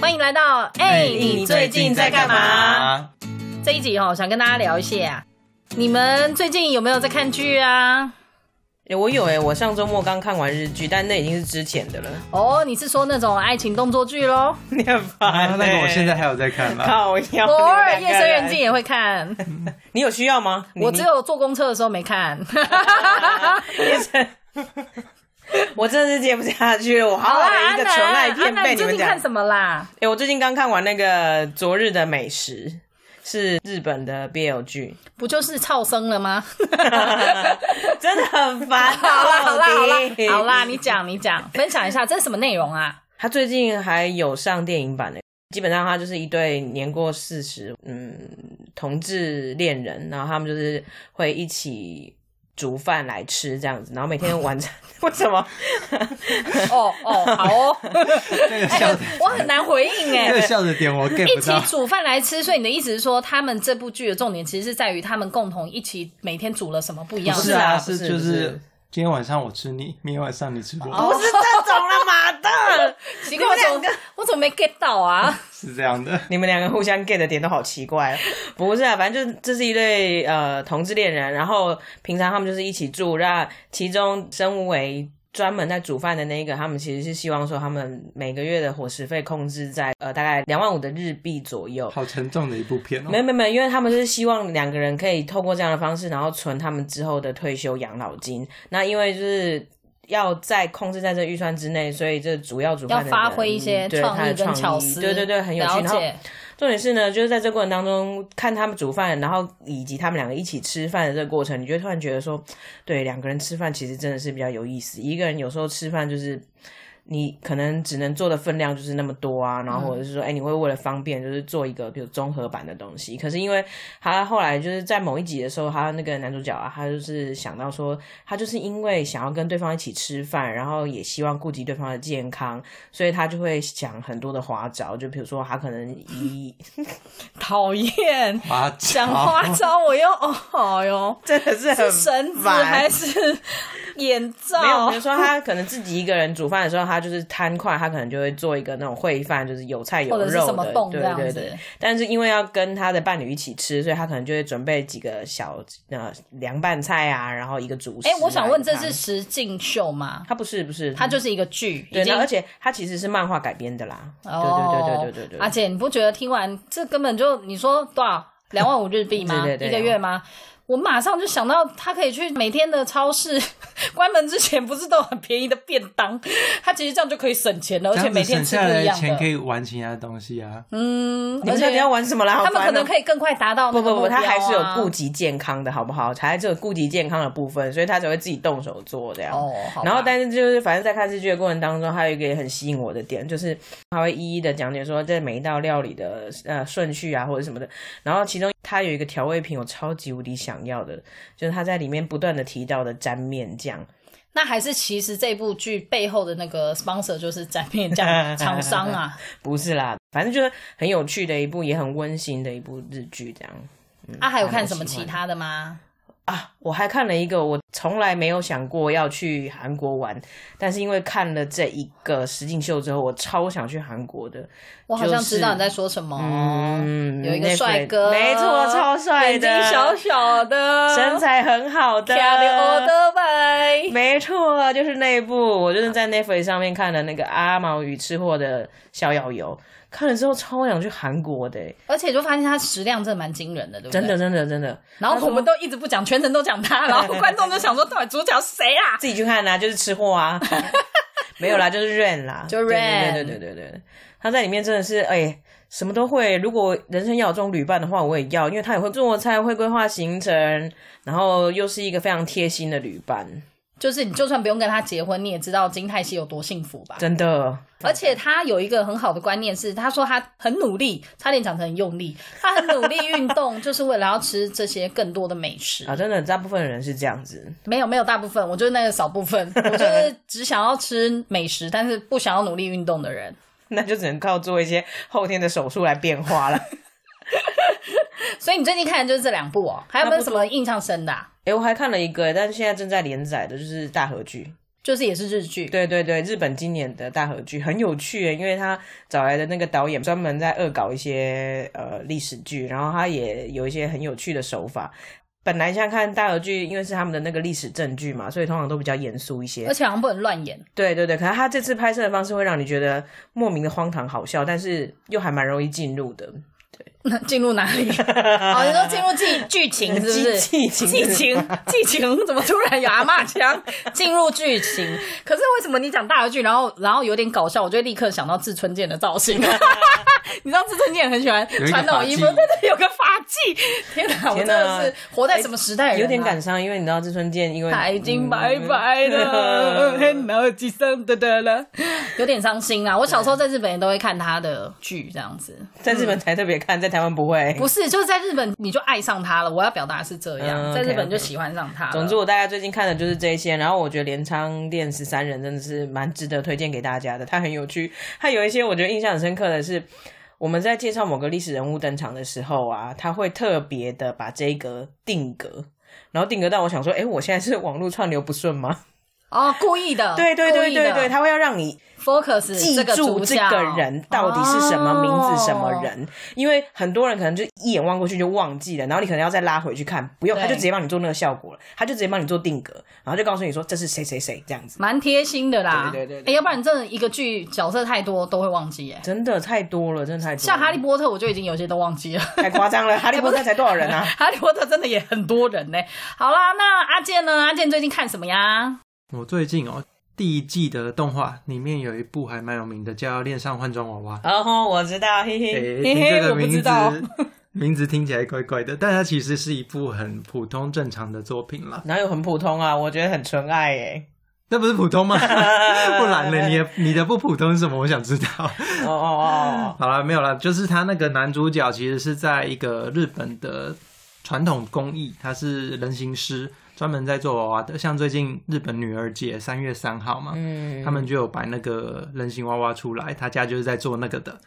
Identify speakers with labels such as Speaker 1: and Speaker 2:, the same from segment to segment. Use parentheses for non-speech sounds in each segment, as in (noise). Speaker 1: 欢迎来到哎、你最近在干嘛？？
Speaker 2: 啊
Speaker 1: 这一集哦，想跟大家聊一下，啊你们最近有没有在看剧啊？
Speaker 3: 欸我有哎、我上周末刚看完日剧，但那已经是之前的了。
Speaker 1: 哦，你是说那种爱情动作剧喽？
Speaker 3: (laughs)
Speaker 1: (laughs)
Speaker 3: 你很
Speaker 2: 啊，
Speaker 3: 烦、欸。
Speaker 2: 那个我现在还有在看吗？
Speaker 3: (laughs) 靠腰，
Speaker 1: 偶尔
Speaker 3: 你们两个人
Speaker 1: 夜深人静，也会 (laughs) 看，
Speaker 3: 你有需要吗？你
Speaker 1: 我只有坐公车的时候没 (laughs) 看。哦
Speaker 3: 你夜深，我真的是接不下去了。我好
Speaker 1: 好
Speaker 3: 好
Speaker 1: 啦，
Speaker 3: 的
Speaker 1: 安
Speaker 3: 一个
Speaker 1: 南，
Speaker 3: 纯爱
Speaker 1: 安
Speaker 3: 片
Speaker 1: 南，
Speaker 3: 被
Speaker 1: 你
Speaker 3: 你
Speaker 1: 最
Speaker 3: 们
Speaker 1: 近
Speaker 3: 讲
Speaker 1: 看。什么啦？
Speaker 3: 哎、我最近刚看完那个《昨日的美食》，是日本的 BL 剧， (laughs)
Speaker 1: 不就是超生了吗？
Speaker 3: 真的很
Speaker 1: (laughs)
Speaker 3: 烦。
Speaker 1: 好啦，好啦，好
Speaker 3: 到底
Speaker 1: 啦， (laughs) 好啦，你讲，你讲，分享一下，这是什么内容啊？
Speaker 3: 他最近还有上电影版的。基本上，他就是一对年过四十，嗯，同志恋人，然后他们就是会一起煮饭来吃这样子，然后每天晚餐 (laughs) 为什么？
Speaker 1: 哦哦，好 (laughs) 哦，
Speaker 2: 那个笑的，
Speaker 1: 我很难回应哎、
Speaker 2: 那个笑的点我 get
Speaker 1: 一
Speaker 2: 不
Speaker 1: 起
Speaker 2: 到。
Speaker 1: 煮饭来吃，所以你的意思是说，他们这部剧的重点其实是在于他们共同一起每天煮了什么不一样
Speaker 2: 不
Speaker 1: 的
Speaker 2: 是
Speaker 1: 事？
Speaker 2: 啊，
Speaker 3: 不
Speaker 2: 是
Speaker 3: 是
Speaker 2: 就
Speaker 3: 不
Speaker 2: 是
Speaker 3: 是
Speaker 2: 今天晚上我吃你，明天晚上你吃
Speaker 1: 哦
Speaker 2: 我，
Speaker 3: 不是这种了，马的，
Speaker 1: 奇怪，我怎么我怎么没 get 到啊？
Speaker 2: 是这样的。
Speaker 3: 你们两个互相 get 的点都好
Speaker 1: (laughs)
Speaker 3: 奇怪、哦，不是啊，反正就是这是一对呃同志恋人，然后平常他们就是一起住，那其中身为专门在煮饭的那一个，他们其实是希望说他们每个月的伙食费控制在呃大概两万五的日币左右。
Speaker 2: 好沉重的一部片哦
Speaker 3: 没。有没有没有，因为他们就是希望两个人可以透过这样的方式，然后存他们之后的退休养老金。那因为就是要在控制在这预算之内，所以这主要主
Speaker 1: 要
Speaker 3: 办的
Speaker 1: 发
Speaker 3: 人嗯
Speaker 1: 挥一些
Speaker 3: 对他
Speaker 1: 创
Speaker 3: 的
Speaker 1: 意跟巧
Speaker 3: 创意，
Speaker 1: 思，
Speaker 3: 对对对，很有趣。
Speaker 1: 了
Speaker 3: 然后
Speaker 1: 解，
Speaker 3: 重点是呢，就是在这过程当中看他们煮饭，然后以及他们两个一起吃饭的这个过程，你就会突然觉得说，对，两个人吃饭其实真的是比较有意思。一个人有时候吃饭就是你可能只能做的分量就是那么多啊，然后或者是说，哎、你会为了方便就是做一个比如综合版的东西。可是因为他后来就是在某一集的时候，他那个男主角啊，他就是想到说，他就是因为想要跟对方一起吃饭，然后也希望顾及对方的健康，所以他就会想很多的花招，就比如说他可能
Speaker 1: (laughs)
Speaker 3: 以
Speaker 1: 讨厌。
Speaker 2: 花
Speaker 1: 讲花
Speaker 2: 椒，
Speaker 1: 招，我又哦哟，
Speaker 3: 真的是很
Speaker 1: 是绳子
Speaker 3: 烦
Speaker 1: 还是哦眼罩？
Speaker 3: (laughs) 没有，比如说他可能自己一个人煮饭的时候，他就是贪快，他可能就会做一个那种烩饭，就是有菜有
Speaker 1: 或
Speaker 3: 肉
Speaker 1: 者是
Speaker 3: 的，
Speaker 1: 什么冻这
Speaker 3: 对
Speaker 1: 样
Speaker 3: 对
Speaker 1: 子
Speaker 3: 对。但是因为要跟他的伴侣一起吃，所以他可能就会准备几个小呃凉拌菜啊，然后一个主食。
Speaker 1: 哎、我想问，这
Speaker 3: 一个
Speaker 1: 是
Speaker 3: 汤
Speaker 1: 实境秀吗？
Speaker 3: 他不是不是
Speaker 1: 它就是一个剧，已
Speaker 3: 对，
Speaker 1: 经
Speaker 3: 那而且他其实是漫画改编的啦。对对
Speaker 1: 哦，
Speaker 3: 对对对对对
Speaker 1: 而
Speaker 3: 对。
Speaker 1: 且你不觉得听完这根本就你说多少两万五日币吗？
Speaker 3: (laughs) 对对对
Speaker 1: 一个月吗？我马上就想到，他可以去每天的超市 (laughs) 关门之前，不是都有很便宜的便当？他其实这样就可以省钱了，而
Speaker 2: 这
Speaker 1: 且
Speaker 2: 样子
Speaker 1: 每天
Speaker 2: 省
Speaker 1: 吃
Speaker 2: 下
Speaker 1: 不
Speaker 2: 来
Speaker 1: 一
Speaker 2: 的
Speaker 1: 样
Speaker 2: 钱可
Speaker 1: 的。
Speaker 2: 以玩其他东西啊。
Speaker 1: 嗯，
Speaker 3: 你
Speaker 1: 而
Speaker 3: 们到底
Speaker 1: 且
Speaker 3: 要玩什么啦？哦
Speaker 1: 他们可能
Speaker 3: 以。
Speaker 1: 可以更快达到那
Speaker 3: 不
Speaker 1: 个
Speaker 3: 不
Speaker 1: 目标
Speaker 3: 不，
Speaker 1: 啊、
Speaker 3: 他还是有顾及健康的，好不好？才只有顾及健康的部分，所以他才会自己动手做这样。
Speaker 1: 哦好吧
Speaker 3: 然后，但是就是反正在看日剧的过程当中，还有一个也很吸引我的点，就是他会一一的讲解说这每一道料理的呃顺序啊或者什么的。然后其中他有一个调味品，我超级无敌想要的，就是他在里面不断的提到的沾面酱。
Speaker 1: 那还是其实这部剧背后的那个 sponsor 就是展面酱厂商
Speaker 3: (laughs)
Speaker 1: 啊
Speaker 3: 不是啦，反正就是很有趣的一部，也很温馨的一部日剧这样。
Speaker 1: 啊，还有看
Speaker 3: 蛮
Speaker 1: 什么
Speaker 3: 喜
Speaker 1: 其
Speaker 3: 欢的
Speaker 1: 他的吗？
Speaker 3: 啊，我还看了一个我从来没有想过要去韩国玩，但是因为看了这一个实境秀之后，我超想去韩国的。
Speaker 1: 我好像知道你
Speaker 3: 就是
Speaker 1: 在说什么。
Speaker 3: 嗯
Speaker 1: 哦有一个
Speaker 3: Netflix-
Speaker 1: 帅哥，
Speaker 3: 没错，超帅
Speaker 1: 眼
Speaker 3: 的，
Speaker 1: 睛小小的，
Speaker 3: 身材很好的，
Speaker 1: 漂亮的白。
Speaker 3: 没错，就是那一部，我就是在 Netflix 上面看了那个《阿毛与吃货的逍遥游》，看了之后超想去韩国的、欸
Speaker 1: 而且就发现他食量真的蛮惊人的，对不对？
Speaker 3: 真的，。真的，真的。
Speaker 1: 然后我们都一直不讲，全程都讲
Speaker 3: (laughs)
Speaker 1: 他，然后观众就想说，到底主角谁啊？
Speaker 3: 自己去看啦、就是吃货啊， (laughs) 没有啦，就是 Rain 啦，
Speaker 1: 就
Speaker 3: 对
Speaker 1: Rain
Speaker 3: 对对对对对对，他在里面真的是哎、什么都会。如果人生要有这种旅伴的话，我也要，因为他也会做菜，会规划行程，然后又是一个非常贴心的旅伴，
Speaker 1: 就是你就算不用跟他结婚，你也知道金泰熙有多幸福吧？
Speaker 3: 真的。
Speaker 1: 而且他有一个很好的观念是，他说他很努力，差点讲成很用力，他很努力运动，就是为了要吃这些更多的美食。
Speaker 3: 啊，真的，大部分人是这样子， (laughs)
Speaker 1: 没有没有，大部分我就是那个少部分，我就是只想要吃美食，但是不想要努力运动的人。
Speaker 3: 那就只能靠做一些后天的手术来变化了。 (laughs)
Speaker 1: 所以你最近看的就是这两部哦，还有没有
Speaker 3: 差不
Speaker 1: 什
Speaker 3: 多
Speaker 1: 么印象深的、啊？
Speaker 3: 哎、我还看了一个，但是现在正在连载的，就是大和剧。
Speaker 1: 就是也是日剧，
Speaker 3: 对对对，日本今年的大合剧很有趣耶，因为他找来的那个导演专门在恶搞一些呃历史剧，然后他也有一些很有趣的手法。本来像看大合剧，因为是他们的那个历史证据嘛，所以通常都比较严肃一些
Speaker 1: 而。且好像不能乱演。
Speaker 3: 对对对，可是他这次拍摄的方式会让你觉得莫名的荒唐好笑，但是又还蛮容易进入的。
Speaker 1: 那 (laughs) 进入哪
Speaker 3: (laughs)
Speaker 1: 里？哦，你说进入剧剧情是不是？
Speaker 3: 剧剧情
Speaker 1: 剧情，剧情怎么突然有阿骂
Speaker 3: (laughs)
Speaker 1: 腔？进入剧情，可是为什么你讲大剧，然后然后有点搞笑，我就会立刻想到志村健的造
Speaker 3: (laughs)
Speaker 1: 型。你知道志村健很喜欢
Speaker 2: 有一个
Speaker 1: 穿那种衣服，
Speaker 2: 发髻
Speaker 1: 对对，有个发髻。天哪，我
Speaker 3: 天
Speaker 1: 真
Speaker 3: 哪
Speaker 1: 的是活在什么时代、啊
Speaker 3: 有点。感伤，因为你知道志村健，因为
Speaker 1: 他已经拜拜
Speaker 3: (laughs)
Speaker 1: 了，然后几声哒哒了，有点伤心啊！我小时候在日本也都会看他的剧，这样子。
Speaker 3: 在日本才特别看，在台湾不会。
Speaker 1: 不是，就是在日本你就爱上他了。我要表达的是这样，
Speaker 3: 嗯
Speaker 1: 在日
Speaker 3: OK，OK
Speaker 1: 本就喜欢上他了。
Speaker 3: 总之，我大概最近看的就是这些，然后我觉得《镰仓殿十三人》真的是蛮值得推荐给大家的，它很有趣。它有一些我觉得印象很深刻的是，我们在介绍某个历史人物登场的时候啊，他会特别的把这一格定格。然后定格到我想说，哎，我现在是网络串流不顺吗？
Speaker 1: 哦，故意的，
Speaker 3: 对对对对
Speaker 1: 故
Speaker 3: 对，
Speaker 1: 意的
Speaker 3: 他会要让你
Speaker 1: ，focus
Speaker 3: 记
Speaker 1: 这个
Speaker 3: 住
Speaker 1: 主
Speaker 3: 这
Speaker 1: 角
Speaker 3: 个人到底是什么名字、什么。
Speaker 1: 哦
Speaker 3: 人，因为很多人可能就一眼望过去就忘记了，然后你可能要再拉回去看，不用，
Speaker 1: 对
Speaker 3: 他就直接帮你做那个效果了，他就直接帮你做定格，然后就告诉你说这是谁谁谁这样子，
Speaker 1: 蛮贴心的啦，
Speaker 3: 对对对对
Speaker 1: 哎要不然你真的一个剧角色太多都会忘记耶。
Speaker 3: 真的太多了，真的太多了，
Speaker 1: 像哈利波特，我就已经有些都忘记了。
Speaker 3: 太夸张了，哈利波特才多少人 (laughs) 啊？
Speaker 1: (laughs) 哈利波特真的也很多人呢。好啦，那阿健呢？阿健最近看什么呀？
Speaker 2: 我最近哦，第一季的动画里面有一部还蛮有名的，叫《恋上换装娃娃》。
Speaker 3: 然后哦我知道，嘿
Speaker 2: 诶
Speaker 3: 嘿
Speaker 2: 听
Speaker 3: 嘿
Speaker 2: 这
Speaker 3: 嘿，
Speaker 2: 个
Speaker 3: 我不
Speaker 2: 名
Speaker 3: 知
Speaker 2: 字
Speaker 3: 道。，
Speaker 2: (laughs) 名字听起来怪怪的，但它其实是一部很普通正常的作品啦。
Speaker 3: 哪有很普通啊？我觉得很纯爱耶。
Speaker 2: 那不是普通吗？不然嘞，你的你的不普通是什么？我想知道。
Speaker 3: 哦哦
Speaker 2: 好了，没有了，就是他那个男主角其实是在一个日本的传统工艺，他是人形师，专门在做娃娃的。像最近日本女儿节三月三号嘛，
Speaker 3: (laughs) 嗯
Speaker 2: 他们就有摆那个人形娃娃出来，他家就是在做那个的。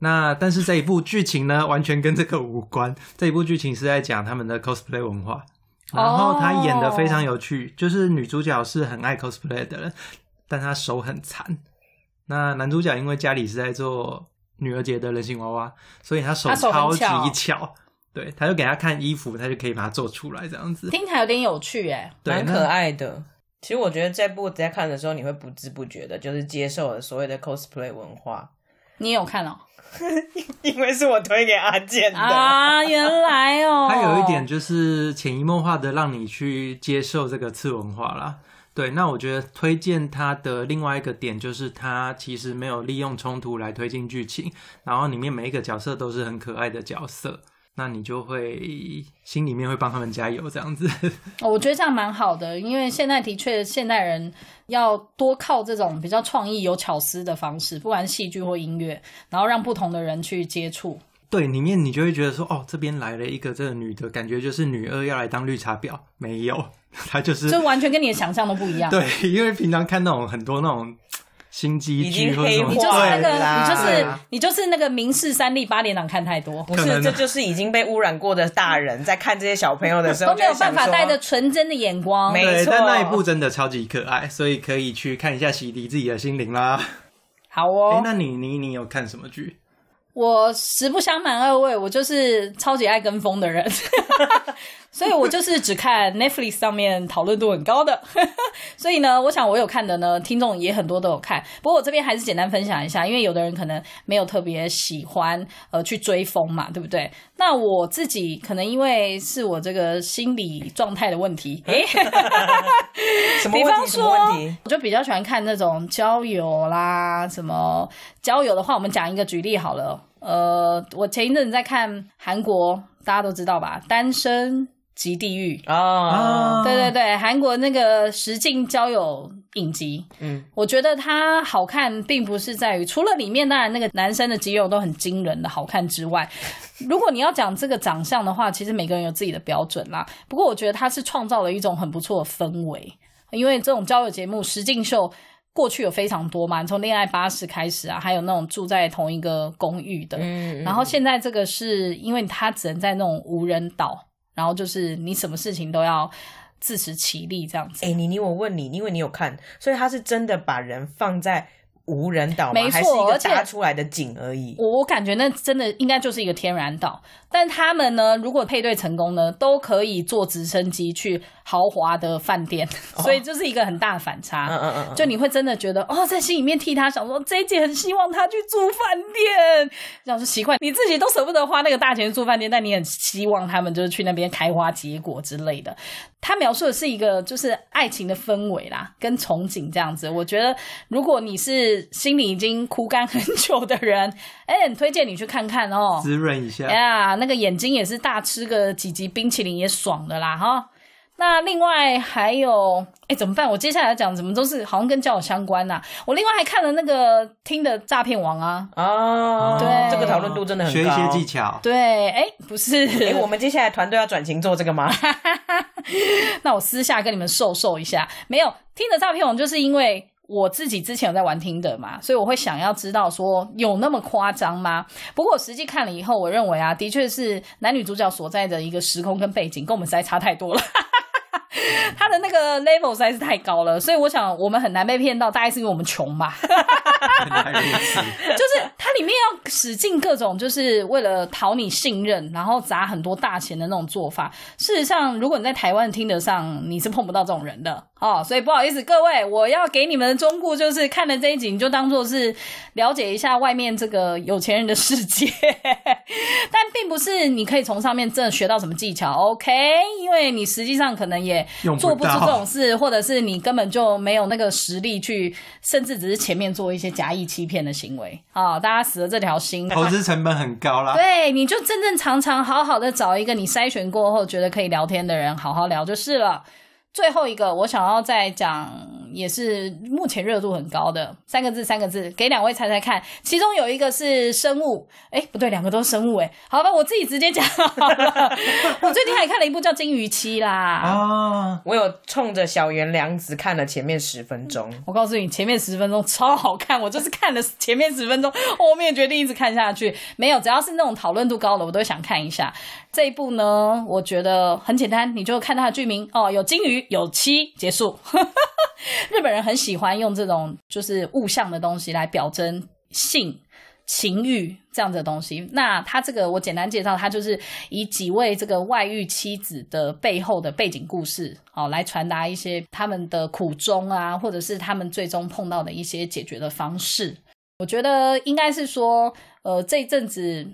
Speaker 2: 那但是这一部剧情呢，完全跟这个无关。 (laughs) 这一部剧情是在讲他们的 cosplay 文化，然后他演的非常有
Speaker 3: 哦
Speaker 2: 趣，就是女主角是很爱 cosplay 的人，但她手很残。那男主角因为家里是在做女儿节的人形娃娃，所以他手
Speaker 1: 他手很
Speaker 2: 超级
Speaker 1: 巧
Speaker 2: 巧。对，他就给他看衣服，他就可以把它做出来这样子。
Speaker 1: 听起来有点有趣哎。
Speaker 2: 对，
Speaker 3: 蛮
Speaker 2: 那
Speaker 3: 可爱的。其实我觉得这部在看的时候，你会不知不觉的，就是接受了所谓的 cosplay 文化，
Speaker 1: 你也有看哦？
Speaker 3: 因为是我推给阿健的。
Speaker 1: 啊，原来哦。
Speaker 2: (laughs) 它有一点就是潜移默化的让你去接受这个次文化啦。对，那我觉得推荐它的另外一个点就是，它其实没有利用冲突来推进剧情，然后里面每一个角色都是很可爱的角色，那你就会心里面会帮他们加油这样子。 (laughs)
Speaker 1: 哦我觉得这样蛮好的，因为现在的确现代人要多靠这种比较创意、有巧思的方式，不管是戏剧或音乐，然后让不同的人去接触。
Speaker 2: 对，里面你就会觉得说，哦，这边来了一个这个女的，感觉就是女二要来当绿茶婊，没有， (laughs) 她就是
Speaker 1: 就完全跟你的想象都不一样。
Speaker 2: 对，因为平常看那种很多那种心机
Speaker 3: 已经
Speaker 2: 剧或者什
Speaker 3: 黑
Speaker 2: 么，
Speaker 1: 你就是那
Speaker 3: 坏了
Speaker 1: 个，
Speaker 3: 啦
Speaker 1: 你就是、
Speaker 2: 对啊
Speaker 1: 你就是那个明视三立八点档看太多，
Speaker 3: 不
Speaker 2: 可能
Speaker 3: 是，
Speaker 2: 啊
Speaker 3: 这就是已经被污染过的大人在看这些小朋友的时 (laughs) 候
Speaker 1: 都没有办法带着
Speaker 3: 的。
Speaker 1: 纯真的眼光。
Speaker 3: 没
Speaker 2: 对，
Speaker 3: 错
Speaker 2: 但那一部真的超级可爱，所以可以去看一下洗涤自己的心灵啦。
Speaker 1: 好
Speaker 2: 哎、
Speaker 1: 哦，
Speaker 2: 那你你你有看什么剧？
Speaker 1: 我实不相瞒二位，我就是超级爱跟风的人，所以我就是只看 Netflix 上面讨论度很高的。 (laughs) 所以呢，我想我有看的呢，听众也很多都有看。不过我这边还是简单分享一下，因为有的人可能没有特别喜欢呃去追风嘛，对不对？那我自己可能因为是我这个心理状态的问题，诶、
Speaker 3: 什么
Speaker 1: 比
Speaker 3: 问
Speaker 1: 方
Speaker 3: 题？什
Speaker 1: 说
Speaker 3: 么问题？，
Speaker 1: 我就比较喜欢看那种交友啦，什么交友的话，我们讲一个举例好了。呃，我前一阵子在看韩国，大家都知道吧，《单身即地狱》。
Speaker 3: 哦，
Speaker 1: 对对对，韩国那个实境交友影集，
Speaker 3: 嗯，
Speaker 1: 我觉得它好看，并不是在于除了里面当然那个男生的肌肉都很惊人的好看之
Speaker 3: (laughs)
Speaker 1: 外，如果你要讲这个长相的话，其实每个人有自己的标准啦。不过我觉得它是创造了一种很不错的氛围，因为这种交友节目实境秀。过去有非常多嘛，你从恋爱巴士开始啊，还有那种住在同一个公寓的，
Speaker 3: 嗯，
Speaker 1: 然后现在这个是因为它只能在那种无人岛，然后就是你什么事情都要自食其力这样子。
Speaker 3: 哎、妮妮，我问你，因为你有看，所以他是真的把人放在无人岛吗？
Speaker 1: 没错
Speaker 3: 还是一个
Speaker 1: 而且
Speaker 3: 搭出来的景而已？
Speaker 1: 我我感觉那真的应该就是一个天然岛，但他们呢，如果配对成功呢，都可以坐直升机去豪华的饭店， (laughs) 所以就是一个很大的反差。
Speaker 3: 哦嗯嗯嗯嗯，
Speaker 1: 就你会真的觉得哦，在心里面替他想说，这一姐很希望他去住饭店，想说奇怪，你自己都舍不得花那个大钱去住饭店，但你很希望他们就是去那边开花结果之类的。他描述的是一个就是爱情的氛围啦，跟憧憬这样子。我觉得如果你是心里已经哭干很久的人，哎、很推荐你去看看哦。
Speaker 2: 滋润一
Speaker 3: 哎
Speaker 2: 下。
Speaker 1: 呀那个眼睛也是大吃个几级冰淇淋也爽的啦哈。那另外还有，哎，怎么办？我接下来讲怎么都是好像跟交友相关呐、我另外还看了那个听的诈骗王啊，
Speaker 3: 哦，
Speaker 1: 对
Speaker 3: 这个讨论度真的很高。
Speaker 2: 学一些技巧，
Speaker 1: 对，哎，不是，
Speaker 3: 哎、我们接下来团队要转型做这个吗？
Speaker 1: 那我私下跟你们授受一下，没有听的诈骗网，就是因为我自己之前有在玩听的嘛，所以我会想要知道说有那么夸张吗？不过我实际看了以后，我认为啊，的确是男女主角所在的一个时空跟背景跟我们实在差太多了。 (laughs) 他的那个 level 实在是太高了，所以我想我们很难被骗到，大概是因为我们穷吧。
Speaker 2: 原来如
Speaker 3: (laughs)
Speaker 2: 此。
Speaker 1: 就是它里面要使尽各种，就是为了讨你信任，然后砸很多大钱的那种做法。事实上，如果你在台湾听得上，你是碰不到这种人的哦。所以不好意思，各位，我要给你们的忠告就是，看了这一集，你就当做是了解一下外面这个有钱人的世界， (laughs) 但并不是你可以从上面真的学到什么技巧，OK？因为你实际上可能也
Speaker 2: 用不
Speaker 1: 做不出
Speaker 2: 到
Speaker 1: 这种事，或者是你根本就没有那个实力去，甚至只是前面做一些假意欺骗的行为啊、大家死了这条心。
Speaker 2: 投资成本很高啦。
Speaker 1: 对，你就正正常常、好好的找一个你筛选过后觉得可以聊天的人，好好聊就是了。最后一个，我想要再讲，也是目前热度很高的三个字，三个字，给两位猜猜看。其中有一个是生物，哎，不对，两个都是生物，哎，好吧，我自己直接讲好了。我最近还看了一部叫《金鱼期》啦，
Speaker 2: 啊，
Speaker 3: 我有冲着小圆良子看了前面十分钟，
Speaker 1: 我告诉你，前面十分钟超好看，我就是看了前面十分钟，后面决定一直看下去。没有，只要是那种讨论度高的，我都想看一下。这一部呢，我觉得很简单，你就看它的剧名哦，有金鱼，有七，结束。 (laughs) 日本人很喜欢用这种就是物象的东西来表征性。情欲这样子的东西，那它这个我简单介绍，它就是以几位这个外遇妻子的背后的背景故事，哦，来传达一些他们的苦衷啊，或者是他们最终碰到的一些解决的方式。我觉得应该是说，呃，这一阵子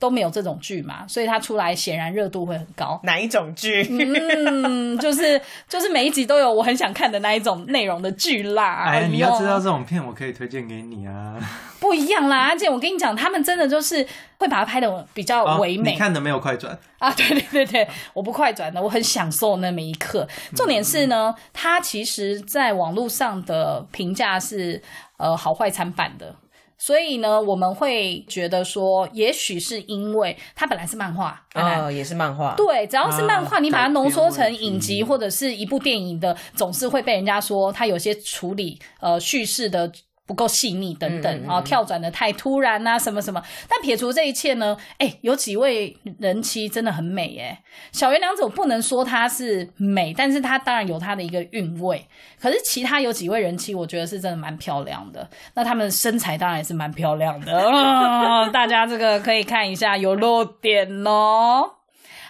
Speaker 1: 都没有这种剧嘛，所以它出来显然热度会很高。
Speaker 3: 哪一种剧？
Speaker 1: 嗯，就是就是每一集都有我很想看的那一种内容的剧
Speaker 3: 啊
Speaker 1: 啦。
Speaker 2: 哎，你要
Speaker 1: 呦
Speaker 2: 知道这种片，我可以推荐给你啊。
Speaker 1: 不一样啦，而且我跟你讲，他们真的就是会把它拍的比较
Speaker 2: 哦
Speaker 1: 唯美、
Speaker 2: 你看的没有快转，
Speaker 1: 啊，对对对对，我不快转的，我很享受那每一刻。重点是呢，
Speaker 2: 嗯
Speaker 1: 它其实在网络上的评价是呃好坏参半的，所以呢，我们会觉得说，也许是因为它本来是漫画，哎当然
Speaker 3: (laughs) 哦，也是漫画。
Speaker 1: 对，只要是漫画，
Speaker 2: 啊
Speaker 1: 你把它浓缩成影
Speaker 2: 改编问
Speaker 1: 集
Speaker 2: 题
Speaker 1: 或者是一部电影的，总是会被人家说它有些处理呃叙事的。不够细腻等等
Speaker 3: 嗯嗯
Speaker 1: 啊、跳转的太突然啊，什么什么。但撇除这一切呢，哎、有几位人妻真的很美耶、小圆良子，我不能说她是美，但是她当然有她的一个韵味。可是其他有几位人妻，我觉得是真的蛮漂亮的。那她们身材当然也是蛮漂亮的、 (laughs) 啊大家这个可以看一下，有露点哦。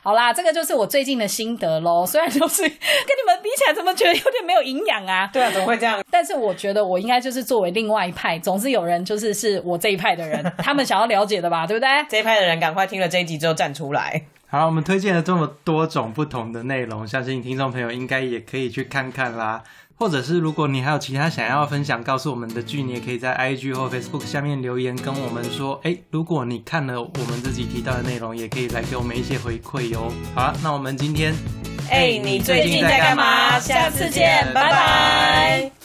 Speaker 1: 好啦，这个就是我最近的心得喽。虽然就是跟你们比起来，怎么觉得有点没有营养啊？
Speaker 3: 对啊，怎么会这样？
Speaker 1: 但是我觉得我应该就是作为另外一派，总是有人就是是我这一派的人，他们想要了解的吧，对不对？
Speaker 3: 这一派的人赶快听了这一集之后站出来。
Speaker 2: 好了，我们推荐了这么多种不同的内容，相信听众朋友应该也可以去看看啦。或者是如果你还有其他想要分享告诉我们的剧，你也可以在 IG 或 Facebook 下面留言跟我们说。哎、如果你看了我们自己提到的内容，也可以来给我们一些回馈哟。好啦，那我们今天
Speaker 3: 哎哎、你最近在干嘛？下次见，拜拜。